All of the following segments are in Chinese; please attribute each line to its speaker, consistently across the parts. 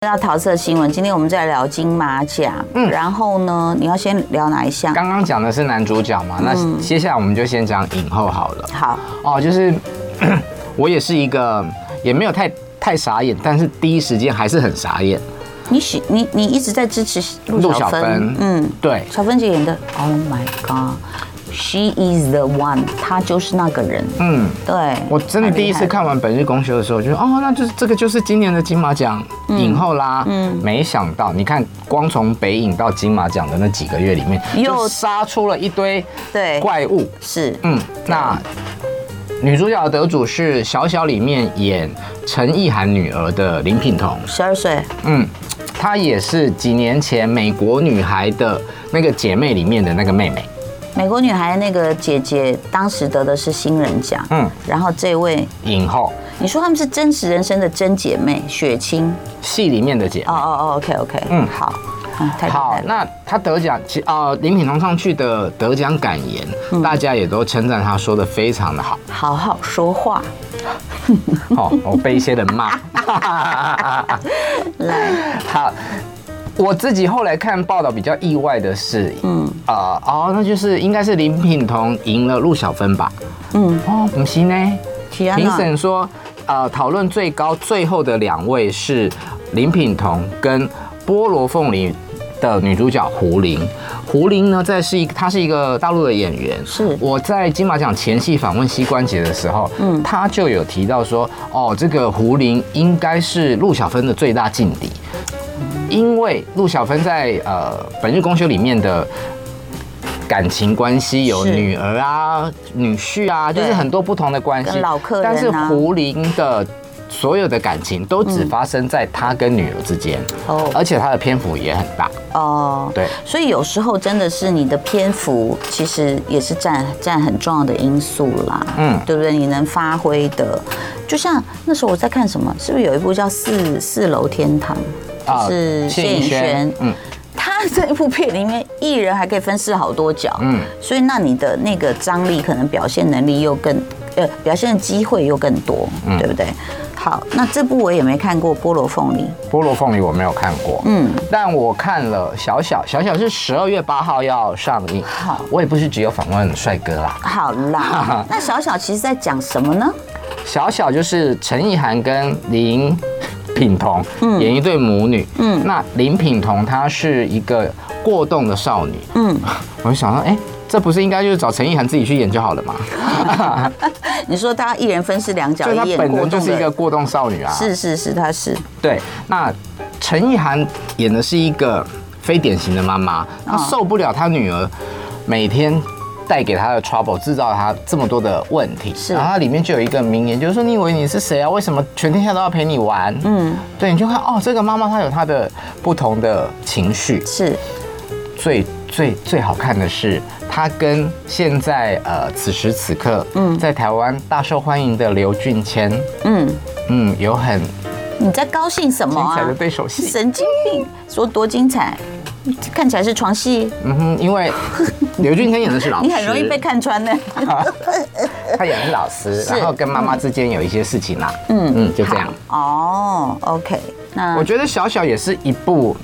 Speaker 1: 到桃色新闻，今天我们在聊金马奖。嗯，然后呢，你要先聊哪一项？
Speaker 2: 刚刚讲的是男主角
Speaker 1: 嗯
Speaker 2: 嘛，那接下来我们就先讲影后好了。
Speaker 1: 好，
Speaker 2: 哦，就是 我也是一个也没有太太傻眼，但是第一时间还是很傻眼。
Speaker 1: 你喜你你一直在支持陆
Speaker 2: 陆
Speaker 1: 小
Speaker 2: 小
Speaker 1: 芬
Speaker 2: 芬，
Speaker 1: 嗯，
Speaker 2: 对
Speaker 1: 小芬姐演的，Oh my God，She is the one，她就是那个人。
Speaker 2: 嗯，
Speaker 1: 对，
Speaker 2: 我真的第一次看完《本日公休》的时候，我就说哦，那就是这个就是今年的金马奖影后啦。嗯，没想到你看，光从北影到金马奖的那几个月里面，
Speaker 1: 又
Speaker 2: 又杀出了一堆
Speaker 1: 对
Speaker 2: 怪物。
Speaker 1: 是
Speaker 2: 嗯，那女主角的得主是《小小》里面演陈意涵女儿的林品彤。
Speaker 1: 十二岁，
Speaker 2: 嗯，她也是几年前美国女孩的那个姐妹里面的那个妹妹。
Speaker 1: 美国女孩那个姐姐当时得的是新人奖，嗯
Speaker 2: 嗯，
Speaker 1: 然后这位，
Speaker 2: 影后
Speaker 1: 你说她们是真实人生的真姐妹，血亲，
Speaker 2: 戏里面的姐
Speaker 1: 哦哦哦，OK OK，嗯，
Speaker 2: 嗯
Speaker 1: 好，嗯，太厉
Speaker 2: 好
Speaker 1: 害，了，
Speaker 2: 那他得奖，其呃，林品彤上去的得奖感言，
Speaker 1: 嗯
Speaker 2: 大家也都称赞他说的非常 的好。
Speaker 1: 好好说话，
Speaker 2: 哦，我被一些人骂。
Speaker 1: 来，
Speaker 2: 好，我自己后来看报道比较意外的是，嗯，呃，哦，那就是应该是林品彤赢了陆小芬吧？
Speaker 1: 嗯，
Speaker 2: 哦，不是呢，
Speaker 1: 提安
Speaker 2: 评
Speaker 1: 娜
Speaker 2: 审说，呃，讨论最高最后的两位是林品彤跟菠萝凤梨的女主角胡玲。胡玲呢，在是一，她是一个大陆的演员。
Speaker 1: 是
Speaker 2: 我在金马奖前戏访问膝关节的时候，嗯，她就有提到说，哦，这个胡玲应该是陆小芬的最大劲敌，因为陆小芬在呃《本日公休》里面的。感情关系有
Speaker 1: 是
Speaker 2: 女儿啊、女婿啊，就是
Speaker 1: 对
Speaker 2: 很多不同的关系。
Speaker 1: 跟老客人啊
Speaker 2: 但是胡林的所有的感情都只发生在他跟女儿之间，
Speaker 1: 哦
Speaker 2: 而且他的篇幅也很大。
Speaker 1: 哦，
Speaker 2: 对，
Speaker 1: 所以有时候真的是你的篇幅，其实也是占占很重要的因素啦，嗯
Speaker 2: 嗯，
Speaker 1: 对不对？你能发挥的，就像那时候我在看什么，是不是有一部叫《四四楼天堂》，
Speaker 2: 啊
Speaker 1: 就是
Speaker 2: 谢
Speaker 1: 谢
Speaker 2: 颖
Speaker 1: 颖轩
Speaker 2: 轩，
Speaker 1: 嗯
Speaker 2: 嗯。
Speaker 1: 他这一部片里面，艺人还可以分饰好多角，嗯
Speaker 2: 嗯，
Speaker 1: 所以那你的那个张力，可能表现能力又更，呃，表现的机会又更多，
Speaker 2: 嗯
Speaker 1: 对不对？好，那这部我也没看过《菠萝凤梨》，
Speaker 2: 菠萝凤梨我没有看过，嗯，但我看了小小，小小是十二月八号要上映。
Speaker 1: 好
Speaker 2: 我也不是只有访问帅哥啊啦，
Speaker 1: 好 啦，那小小其实在讲什么呢？
Speaker 2: 小小就是陈意涵跟林品彤演一对母女。嗯，那林品彤她是一个过动的少女。嗯，我就想到，哎、这不是应该就是找陈意涵自己去演就好了吗？
Speaker 1: 你说他一人分饰两角，
Speaker 2: 所以她
Speaker 1: 一演
Speaker 2: 本
Speaker 1: 过
Speaker 2: 人就
Speaker 1: 动
Speaker 2: 是一个
Speaker 1: 的，
Speaker 2: 过动少女啊。，
Speaker 1: 是是是，他是
Speaker 2: 对。那陈意涵演的是一个非典型的妈妈，她受不了她女儿每天。带给她的 trouble，制造她这么多的问题，
Speaker 1: 是
Speaker 2: 然后它里面就有一个名言，就是说你以为你是谁啊？为什么全天下都要陪你玩？嗯，对，你就看哦，这个妈妈她有她的不同的情绪，
Speaker 1: 是
Speaker 2: 最最最好看的是，他跟现在呃此时此刻，嗯，在台湾大受欢迎的刘俊谦，
Speaker 1: 嗯
Speaker 2: 嗯嗯，有很
Speaker 1: 你在高兴什么
Speaker 2: 精彩
Speaker 1: 啊
Speaker 2: 的？对手戏。
Speaker 1: 神经病，说多精彩，看起来是床戏，
Speaker 2: 嗯哼，因为刘俊谦演的是老师，
Speaker 1: 你很容易被看穿的。
Speaker 2: 他演的是老师，
Speaker 1: 是
Speaker 2: 然后跟妈妈之间有一些事情啦。嗯嗯，就这样。
Speaker 1: 哦，OK，那
Speaker 2: 我觉得小小也是一部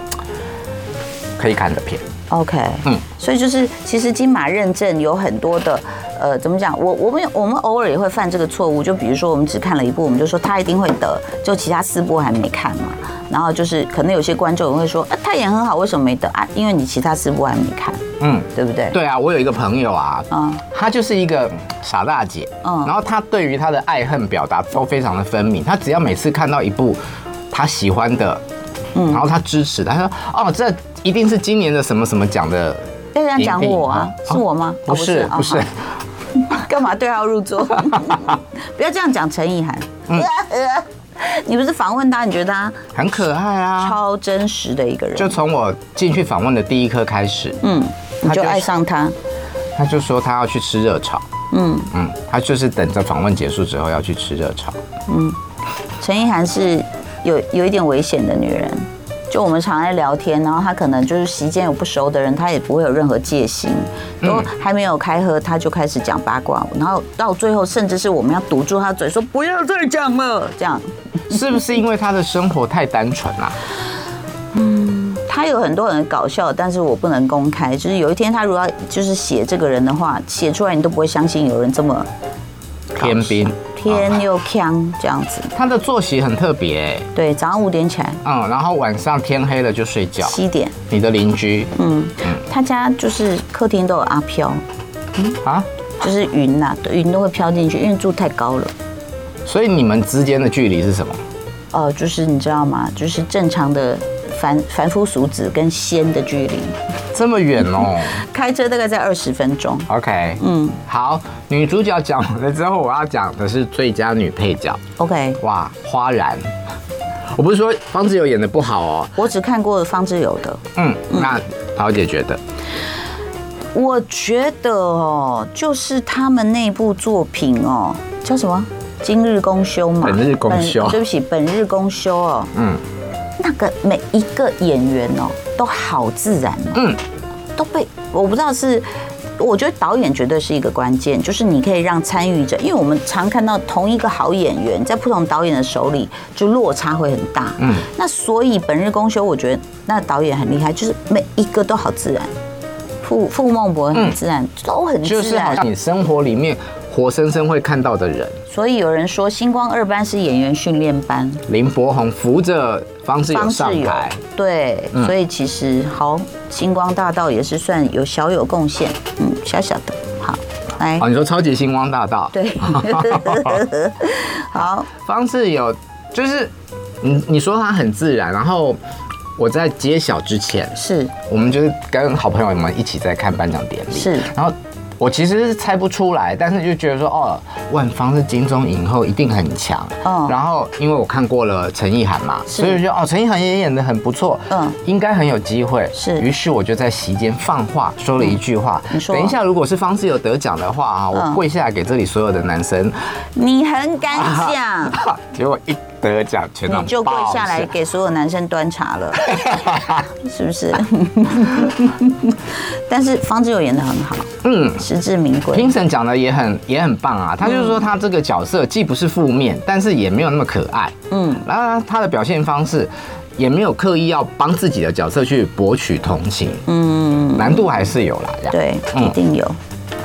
Speaker 2: 可以看的片。
Speaker 1: OK，嗯
Speaker 2: 嗯，
Speaker 1: 所以就是其实金马认证有很多的，呃，怎么讲？我我们我们偶尔也会犯这个错误，就比如说我们只看了一部，我们就说他一定会得，就其他四部还没看嘛。然后就是可能有些观众也会说，啊，他演很好，为什么没得啊？因为你其他四部还没看，
Speaker 2: 嗯，
Speaker 1: 对不对？
Speaker 2: 对啊，我有一个朋友啊，
Speaker 1: 嗯
Speaker 2: 她就是一个傻大姐，
Speaker 1: 嗯
Speaker 2: 然后她对于她的爱恨表达都非常的分明，她只要每次看到一部她喜欢的，
Speaker 1: 嗯
Speaker 2: 然后她支持的，她说哦，这一定是今年的什么什么奖的
Speaker 1: 要这样讲我啊，
Speaker 2: 影
Speaker 1: 是
Speaker 2: 评
Speaker 1: 我吗？
Speaker 2: 不是
Speaker 1: 哦
Speaker 2: 不是，，
Speaker 1: 好 干嘛对号入座？ 不要这样讲陈意涵。
Speaker 2: 嗯
Speaker 1: 你不是访问他，你觉得他
Speaker 2: 很可爱啊。
Speaker 1: 超真实的一个人，
Speaker 2: 就从我进去访问的第一刻开始，
Speaker 1: 嗯，你
Speaker 2: 他
Speaker 1: 就
Speaker 2: 就是
Speaker 1: 爱上他，
Speaker 2: 她就说她要去吃热炒，嗯嗯，她就是等着访问结束之后要去吃热 炒，
Speaker 1: 陈意涵是有有一点危险的女人。就我们常在聊天，然后她可能就是席间有不熟的人，她也不会有任何戒心，都还没有开喝，她就开始讲八卦，然后到最后甚至是我们要堵住她嘴，说不要再讲了，这样。
Speaker 2: 是不是因为她的生活太单纯啦、啊
Speaker 1: 他有很多很搞笑，但是我不能公开。就是有一天他如果要就是写这个人的话，写出来你都不会相信有人这么
Speaker 2: 天兵，
Speaker 1: 天又呛这样子。
Speaker 2: 他的作息很特别欸，
Speaker 1: 对，早上五点起来，
Speaker 2: 嗯，然后晚上天黑了就睡觉。
Speaker 1: 七点，
Speaker 2: 你的邻居，
Speaker 1: 嗯，他家就是客厅都有阿飘，
Speaker 2: 啊，
Speaker 1: 就是云呐、云都会飘进去，因为住太高了。
Speaker 2: 所以你们之间的距离是什么？
Speaker 1: 哦，就是你知道吗？就是正常的凡凡夫俗子跟仙的距离，
Speaker 2: 这么远哦。
Speaker 1: 开车大概在二十分钟。
Speaker 2: OK，
Speaker 1: 嗯
Speaker 2: 好，女主角讲完了之后，我要讲的是最佳女配角。
Speaker 1: ，OK，
Speaker 2: 哇，花然，我不是说方志友演的不好哦，
Speaker 1: 我只看过方志友的，
Speaker 2: 嗯，那桃姐觉得，
Speaker 1: 嗯我觉得哦，就是他们那部作品哦，叫什么？今日公休嘛，
Speaker 2: 本日公休
Speaker 1: 本对不起，本日公休哦，
Speaker 2: 嗯，
Speaker 1: 那个每一个演员哦，都好自然哦，
Speaker 2: 嗯，
Speaker 1: 都被我不知道是。我觉得导演绝对是一个关键，就是你可以让参与者，因为我们常看到同一个好演员在不同导演的手里，就落差会很大。
Speaker 2: 嗯，
Speaker 1: 那所以本日公休，我觉得那导演很厉害，就是每一个都好自然。傅傅孟博很自然，都很
Speaker 2: 就
Speaker 1: 自
Speaker 2: 是好
Speaker 1: 然。
Speaker 2: 像你生活里面活生生会看到的人，
Speaker 1: 所以有人说星光二班是演员训练班，
Speaker 2: 林柏宏扶着方志友
Speaker 1: 方志
Speaker 2: 上
Speaker 1: 友
Speaker 2: 台，嗯
Speaker 1: 对，所以其实好，星光大道也是算有小有贡献，嗯，小小的，好，来
Speaker 2: 哦，，你说超级星光大道，
Speaker 1: 对，好，
Speaker 2: 方志友就是你你说他很自然，然后我在揭晓之前，
Speaker 1: 是
Speaker 2: 我们就是跟好朋友们一起在看颁奖典礼，
Speaker 1: 是
Speaker 2: 然后。我其实是猜不出来，但是就觉得说，哦，万芳是金钟影后，一定很强。
Speaker 1: 哦
Speaker 2: 然后因为我看过了陈意涵嘛，
Speaker 1: 是
Speaker 2: 所以我就觉得哦，陈意涵也演得很不错，
Speaker 1: 嗯
Speaker 2: 嗯，应该很有机会。
Speaker 1: 是嗯
Speaker 2: 于是我就在席间放话，说了一句话。
Speaker 1: 你说
Speaker 2: 等一下，如果是方志友得奖的话啊，我
Speaker 1: 嗯
Speaker 2: 跪下来给这里所有的男生。
Speaker 1: 你很敢讲，
Speaker 2: 啊结果一得奖，全场
Speaker 1: 你就跪
Speaker 2: 爆
Speaker 1: 下来
Speaker 2: 笑
Speaker 1: 给所有男生端茶 了，是不是？但是方志友演的很好，
Speaker 2: 嗯，
Speaker 1: 实至名归
Speaker 2: 评。审讲的也很也很棒啊，他
Speaker 1: 嗯
Speaker 2: 就是说他这个角色既不是负面，但是也没有那么可爱，
Speaker 1: 嗯
Speaker 2: 嗯，然后他的表现方式也没有刻意要帮自己的角色去博取同情，
Speaker 1: 嗯，
Speaker 2: 难度还是有啦，这样。
Speaker 1: 对，
Speaker 2: 嗯
Speaker 1: 一定有。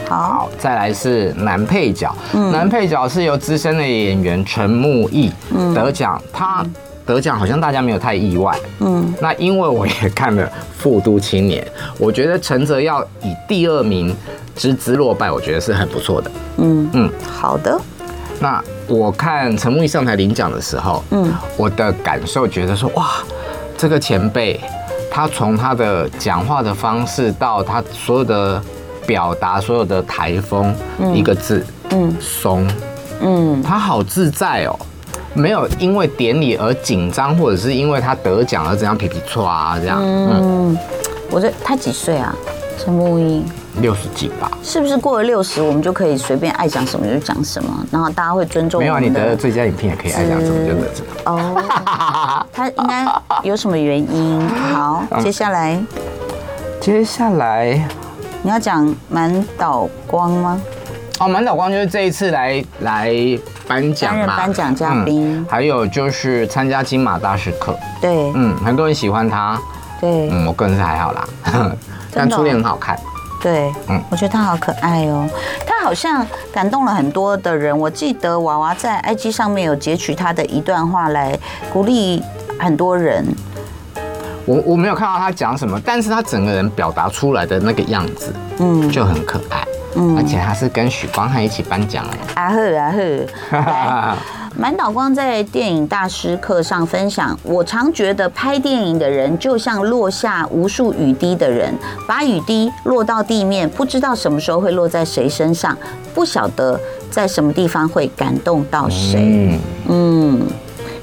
Speaker 1: 好，
Speaker 2: 好，再来是男配角，
Speaker 1: 嗯
Speaker 2: 男配角是由资深的演员陈木易得奖，他得奖好像大家没有太意外，
Speaker 1: 嗯，
Speaker 2: 那因为我也看了《复都青年》，我觉得陈泽耀以第二名之姿落败，我觉得是很不错的。
Speaker 1: 嗯嗯
Speaker 2: 嗯，
Speaker 1: 好的，
Speaker 2: 那我看陈木易上台领奖的时候，
Speaker 1: 嗯
Speaker 2: 嗯，我的感受觉得说，哇，这个前辈，他从他的讲话的方式到他所有的表达，所有的台风，一个字，
Speaker 1: 嗯
Speaker 2: 嗯，松，
Speaker 1: 嗯，
Speaker 2: 他好自在哦。没有因为典礼而紧张，或者是因为他得奖而怎样皮皮唰啊这样，嗯，
Speaker 1: 我这他几岁啊？陈木易
Speaker 2: 六十几吧，
Speaker 1: 是不是过了六十，我们就可以随便爱讲什么就讲什么，然后大家会尊重
Speaker 2: 没有
Speaker 1: 我
Speaker 2: 啊，你
Speaker 1: 们
Speaker 2: 得了
Speaker 1: 的？
Speaker 2: 最佳影片也可以爱讲什么就得什么。
Speaker 1: 哦， 他应该有什么原因？好，
Speaker 2: 嗯
Speaker 1: 接下来
Speaker 2: 接下来
Speaker 1: 你要讲满岛光吗？
Speaker 2: 哦，满岛光就是这一次来来颁奖
Speaker 1: 担
Speaker 2: 嘛，
Speaker 1: 任颁奖嘉宾
Speaker 2: 嗯还有就是参加金马大师课，
Speaker 1: 对
Speaker 2: 嗯，很多人喜欢他，
Speaker 1: 对
Speaker 2: 嗯，我个人是还好啦，
Speaker 1: 哦
Speaker 2: 但初恋很好看，
Speaker 1: 对
Speaker 2: 嗯，
Speaker 1: 我觉得他好可爱哦，他好像感动了很多的人。我记得娃娃在 IG 上面有截取他的一段话来鼓励很多人。
Speaker 2: 我我没有看到他讲什么，但是他整个人表达出来的那个样子，
Speaker 1: 嗯
Speaker 2: 嗯，就很可爱，嗯，而且他是跟许光汉一起颁奖哎，
Speaker 1: 啊呵啊呵，来，满岛光在电影大师课上分享，我常觉得拍电影的人就像落下无数雨滴的人，把雨滴落到地面，不知道什么时候会落在谁身上，不晓得在什么地方会感动到谁。
Speaker 2: 嗯，
Speaker 1: 嗯。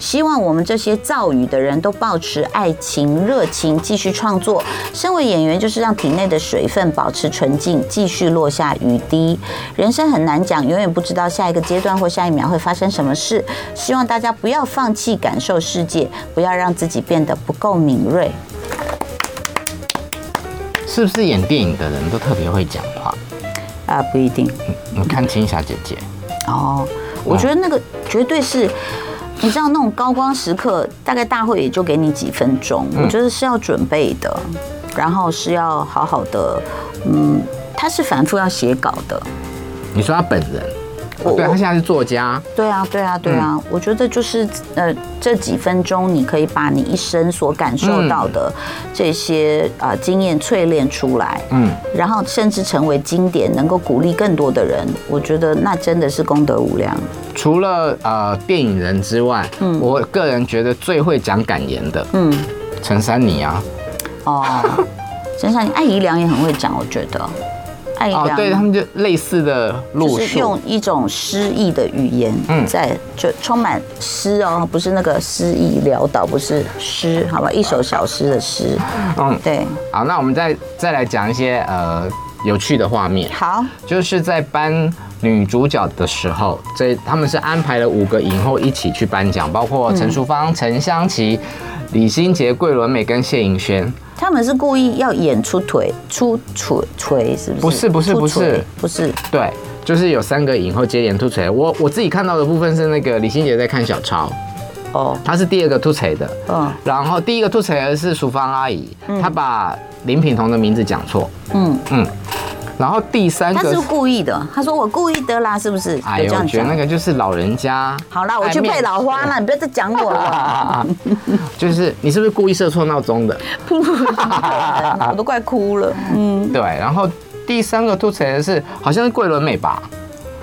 Speaker 1: 希望我们这些造雨的人都保持爱情、热情，继续创作。身为演员，就是让体内的水分保持纯净，继续落下雨滴。人生很难讲，永远不知道下一个阶段或下一秒会发生什么事。希望大家不要放弃感受世界，不要让自己变得不够敏锐。
Speaker 2: 是不是演电影的人都特别会讲话？
Speaker 1: 啊，不一定
Speaker 2: 你看青霞姐姐，
Speaker 1: 哦。我觉得那个绝对是你知道那种高光时刻，大概大会也就给你几分钟，我觉得是要准备的，然后是要好好的，嗯，他是反复要写稿的，
Speaker 2: 你说他本人，哦
Speaker 1: 我
Speaker 2: 对他
Speaker 1: 我
Speaker 2: 现在是作家，
Speaker 1: 对啊，对啊，对啊，我觉得就是呃，这几分钟你可以把你一生所感受到的这些啊、呃经验淬炼出来，
Speaker 2: 嗯，
Speaker 1: 然后甚至成为经典，能够鼓励更多的人，我觉得那真的是功德无量。
Speaker 2: 除了呃电影人之外，我个人觉得最会讲感言的，
Speaker 1: 嗯，
Speaker 2: 陈珊妮啊，
Speaker 1: 哦，真像你艾姨良也很会讲，我觉得艾姨
Speaker 2: 哦，
Speaker 1: 良、
Speaker 2: 对他们就类似的路
Speaker 1: 哎就是用
Speaker 2: 数，
Speaker 1: 一种诗意的语言，
Speaker 2: 嗯
Speaker 1: 在就充满诗哦，不是那个诗意潦倒，不是诗，好吧，一首小诗的诗，
Speaker 2: 嗯，
Speaker 1: 对，
Speaker 2: 好，那我们再再来讲一些呃有趣的画面，
Speaker 1: 好。
Speaker 2: 就是在颁女主角的时候，这他们是安排了五个影后一起去颁奖，包括陈淑芳、陈香琪、李心洁、桂纶镁跟谢盈萱。
Speaker 1: 他们是故意要演出腿出锤锤是不是？
Speaker 2: 不是不
Speaker 1: 出
Speaker 2: 是
Speaker 1: 锤不是
Speaker 2: 对，就是有三个影后接连吐槽。我我自己看到的部分是那个李心洁在看小超，
Speaker 1: 哦，
Speaker 2: 她是第二个吐槽的。
Speaker 1: 嗯
Speaker 2: 然后第一个吐槽的是淑芳阿姨，她把林品彤的名字讲错。
Speaker 1: 嗯，
Speaker 2: 然后第三
Speaker 1: 他
Speaker 2: 个
Speaker 1: 是故意的，他说我故意的啦，是不是？
Speaker 2: 哎
Speaker 1: 有
Speaker 2: 呦，
Speaker 1: 这
Speaker 2: 我
Speaker 1: 样
Speaker 2: 觉得那
Speaker 1: 讲。
Speaker 2: 个哎就是老人家。
Speaker 1: 好啦，我
Speaker 2: 爱
Speaker 1: 去
Speaker 2: 面
Speaker 1: 配老花
Speaker 2: 子。
Speaker 1: 啦，你不要再讲我 了，
Speaker 2: 啊就是你是不是故意设错闹钟的？
Speaker 1: 我都快哭了。嗯，
Speaker 2: 对，然后第三个吐槽的是好像是桂纶镁吧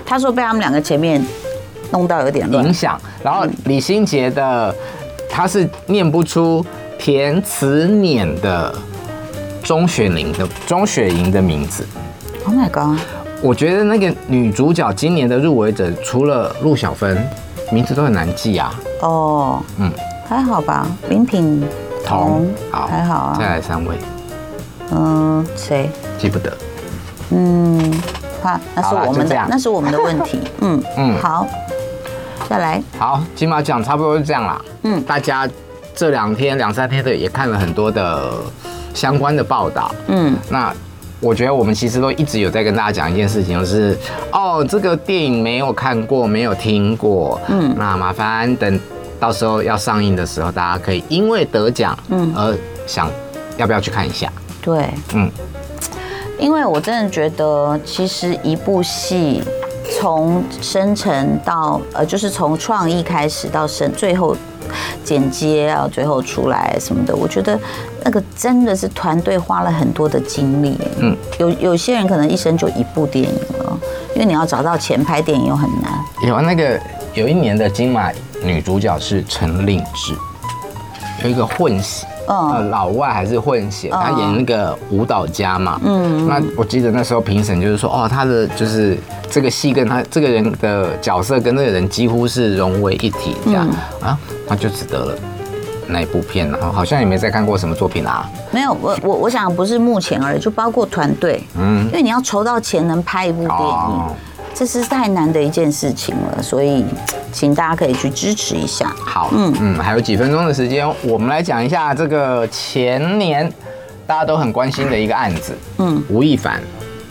Speaker 1: 他说被他们两个前面弄到有点乱
Speaker 2: 影，响，然后李心洁的她是念不出填词碾的钟雪玲的钟雪莹的名字。
Speaker 1: Oh my god！
Speaker 2: 我觉得那个女主角今年的入围者，除了陆小芬，名字都很难记啊。
Speaker 1: 哦，
Speaker 2: 嗯
Speaker 1: 嗯，还好吧，林品
Speaker 2: 彤，好，
Speaker 1: 还好
Speaker 2: 再
Speaker 1: 啊。
Speaker 2: 来三位，
Speaker 1: 嗯，谁？
Speaker 2: 记不得。
Speaker 1: 嗯，怕那
Speaker 2: 好
Speaker 1: 是
Speaker 2: 啦
Speaker 1: 我
Speaker 2: 就
Speaker 1: 们
Speaker 2: 这
Speaker 1: 的
Speaker 2: 样，
Speaker 1: 那是我们的问 题。嗯
Speaker 2: 嗯
Speaker 1: 嗯，好，再来。
Speaker 2: 好，金马奖差不多是这样啦。嗯
Speaker 1: 嗯，
Speaker 2: 大家这两天两三天的也看了很多的相关的报道。
Speaker 1: 嗯。
Speaker 2: 那我觉得我们其实都一直有在跟大家讲一件事情，就是哦，这个电影没有看过，没有听过，嗯，那麻烦等到时候要上映的时候，大家可以因为得奖，嗯，而想要不要去看一下。
Speaker 1: 对，
Speaker 2: 嗯
Speaker 1: 嗯，因为我真的觉得，其实一部戏从生成到呃，就是从创意开始到生最后。剪接啊，最后出来什么的，我觉得那个真的是团队花了很多的精力。
Speaker 2: 嗯
Speaker 1: 嗯，有有些人可能一生就一部电影了，因为你要找到前拍电影又很难。
Speaker 2: 有啊那个有一年的金马女主角是陈令志，有一个混血，
Speaker 1: 嗯
Speaker 2: 呃，老外还是混血，她
Speaker 1: 嗯
Speaker 2: 演那个舞蹈家嘛，嗯，那我记得那时候评审就是说，哦，她的就是这个戏跟她这个人的角色跟这个人几乎是融为一体这样、
Speaker 1: 嗯
Speaker 2: 啊，她就只得了那一部片，然后好像也没再看过什么作品啊，
Speaker 1: 没有，我我我想不是目前而已，就包括团队，
Speaker 2: 嗯
Speaker 1: 因，为你要筹到钱能拍一部电影，
Speaker 2: 哦，
Speaker 1: 这是太难的一件事情了，所以请大家可以去支持一下。
Speaker 2: 好，嗯嗯，还有几分钟的时间，我们来讲一下这个前年大家都很关心的一个案子，嗯
Speaker 1: 嗯，
Speaker 2: 吴亦凡，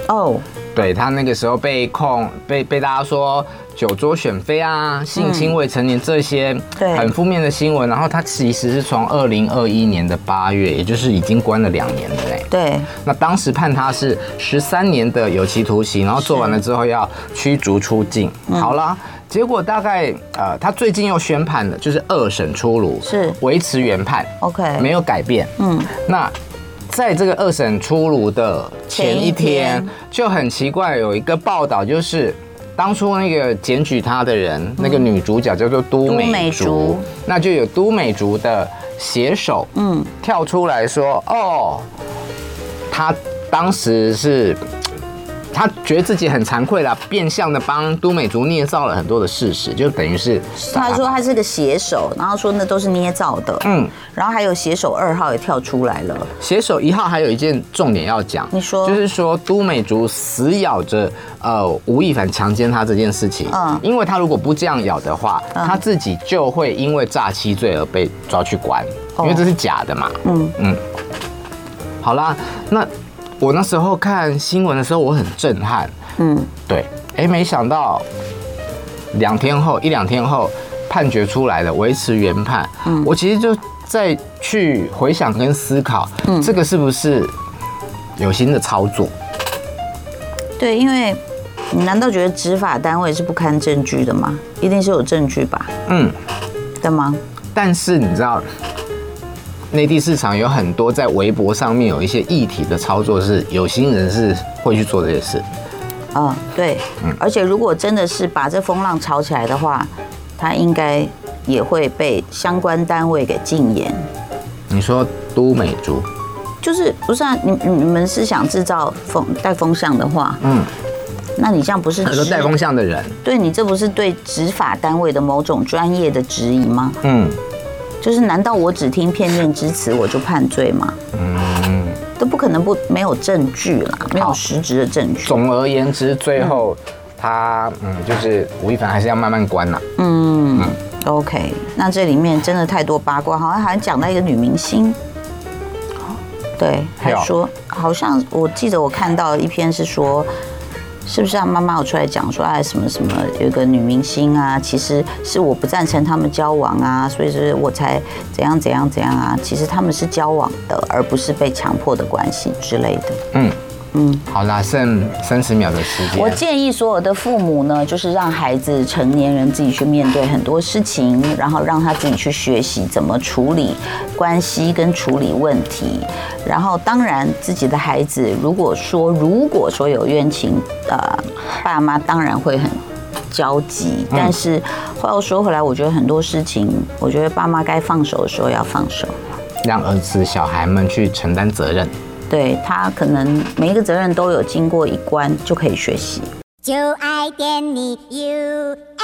Speaker 1: 哦，
Speaker 2: 对他那个时候被控被被大家说酒桌选妃啊、性侵未成年这些
Speaker 1: 对
Speaker 2: 很负面的新闻，然后他其实是从二零二一年的八月，也就是已经关了两年了嘞。
Speaker 1: 对，
Speaker 2: 那当时判他是十三年的有期徒刑，然后做完了之后要驱逐出境。好啦，结果大概呃，他最近又宣判了，就是二审出炉，
Speaker 1: 是
Speaker 2: 维持原判
Speaker 1: OK
Speaker 2: 没有改变。嗯，那。在这个二审出炉的前一
Speaker 1: 前一
Speaker 2: 天
Speaker 1: 天，
Speaker 2: 就很奇怪，有一个报道就是，当初那个检举他的人，那个女主角叫做都
Speaker 1: 嗯都
Speaker 2: 美
Speaker 1: 美
Speaker 2: 竹
Speaker 1: 竹，
Speaker 2: 那就有都美竹的写手，嗯，跳出来说，哦，他当时是。他觉得自己很惭愧啦，变相的帮都美竹捏造了很多的事实，就等于是
Speaker 1: 他说他是个写手，然后说那都是捏造的，
Speaker 2: 嗯，
Speaker 1: 然后还有写手二号也跳出来了，
Speaker 2: 写手一号还有一件重点要讲，
Speaker 1: 你说
Speaker 2: 就是说都美竹死咬着呃吴亦凡强奸她这件事情，嗯
Speaker 1: 嗯，
Speaker 2: 因为他如果不这样咬的话，他自己就会因为诈欺罪而被抓去关，因为这是假的嘛，嗯
Speaker 1: 哦嗯
Speaker 2: 嗯。好啦，那我那时候看新闻的时候，我很震撼，
Speaker 1: 嗯，
Speaker 2: 对，哎，没想到两天后一两天后，判决出来的维持原判，
Speaker 1: 嗯
Speaker 2: 我其实就在去回想跟思考，
Speaker 1: 嗯
Speaker 2: 这个是不是有心的操作？
Speaker 1: 对，因为你难道觉得执法单位是不堪证据的吗？一定是有证据吧？
Speaker 2: 嗯，
Speaker 1: 对吗？
Speaker 2: 但是你知道，内地市场有很多在微博上面有一些议题的操作，是有心人是会去做这些事。
Speaker 1: 嗯，对。而且如果真的是把这风浪炒起来的话，他应该也会被相关单位给禁言。
Speaker 2: 你说都美竹，
Speaker 1: 就是不是啊？你你你们是想制造风带风向的话，
Speaker 2: 嗯，
Speaker 1: 那你这样不是
Speaker 2: 很多
Speaker 1: 指
Speaker 2: 带风向的人，
Speaker 1: 对你这不是对执法单位的某种专业的质疑吗？
Speaker 2: 嗯，
Speaker 1: 就是难道我只听片面之词我就判罪吗？嗯，都不可能不没有证据啦，没有实质的证据。
Speaker 2: 总而言之，最后他嗯，就是吴亦凡还是要慢慢关呐、
Speaker 1: 嗯 OK，那这里面真的太多八卦，好像还讲到一个女明星。哦对，还
Speaker 2: 有
Speaker 1: 说好像我记得我看到一篇是说，是不是让妈妈有出来讲说，哎，什么什么，有一个女明星啊，其实是我不赞成他们交往啊，所以是我才怎样怎样怎样啊，其实他们是交往的，而不是被强迫的关系之类的。
Speaker 2: 嗯嗯，好啦，剩三十秒的时间，
Speaker 1: 我建议所有的父母呢，就是让孩子成年人自己去面对很多事情，然后让他自己去学习怎么处理关系跟处理问题。然后，当然自己的孩子如果说如果说有冤情，呃，爸妈当然会很。焦急，但是话又说回来，我觉得很多事情，我觉得爸妈该放手的时候要放手。
Speaker 2: 让儿子小孩们去承担责任。
Speaker 1: 对他可能每一个责任都有经过一关，就可以学习。
Speaker 3: 就爱点你 UFO。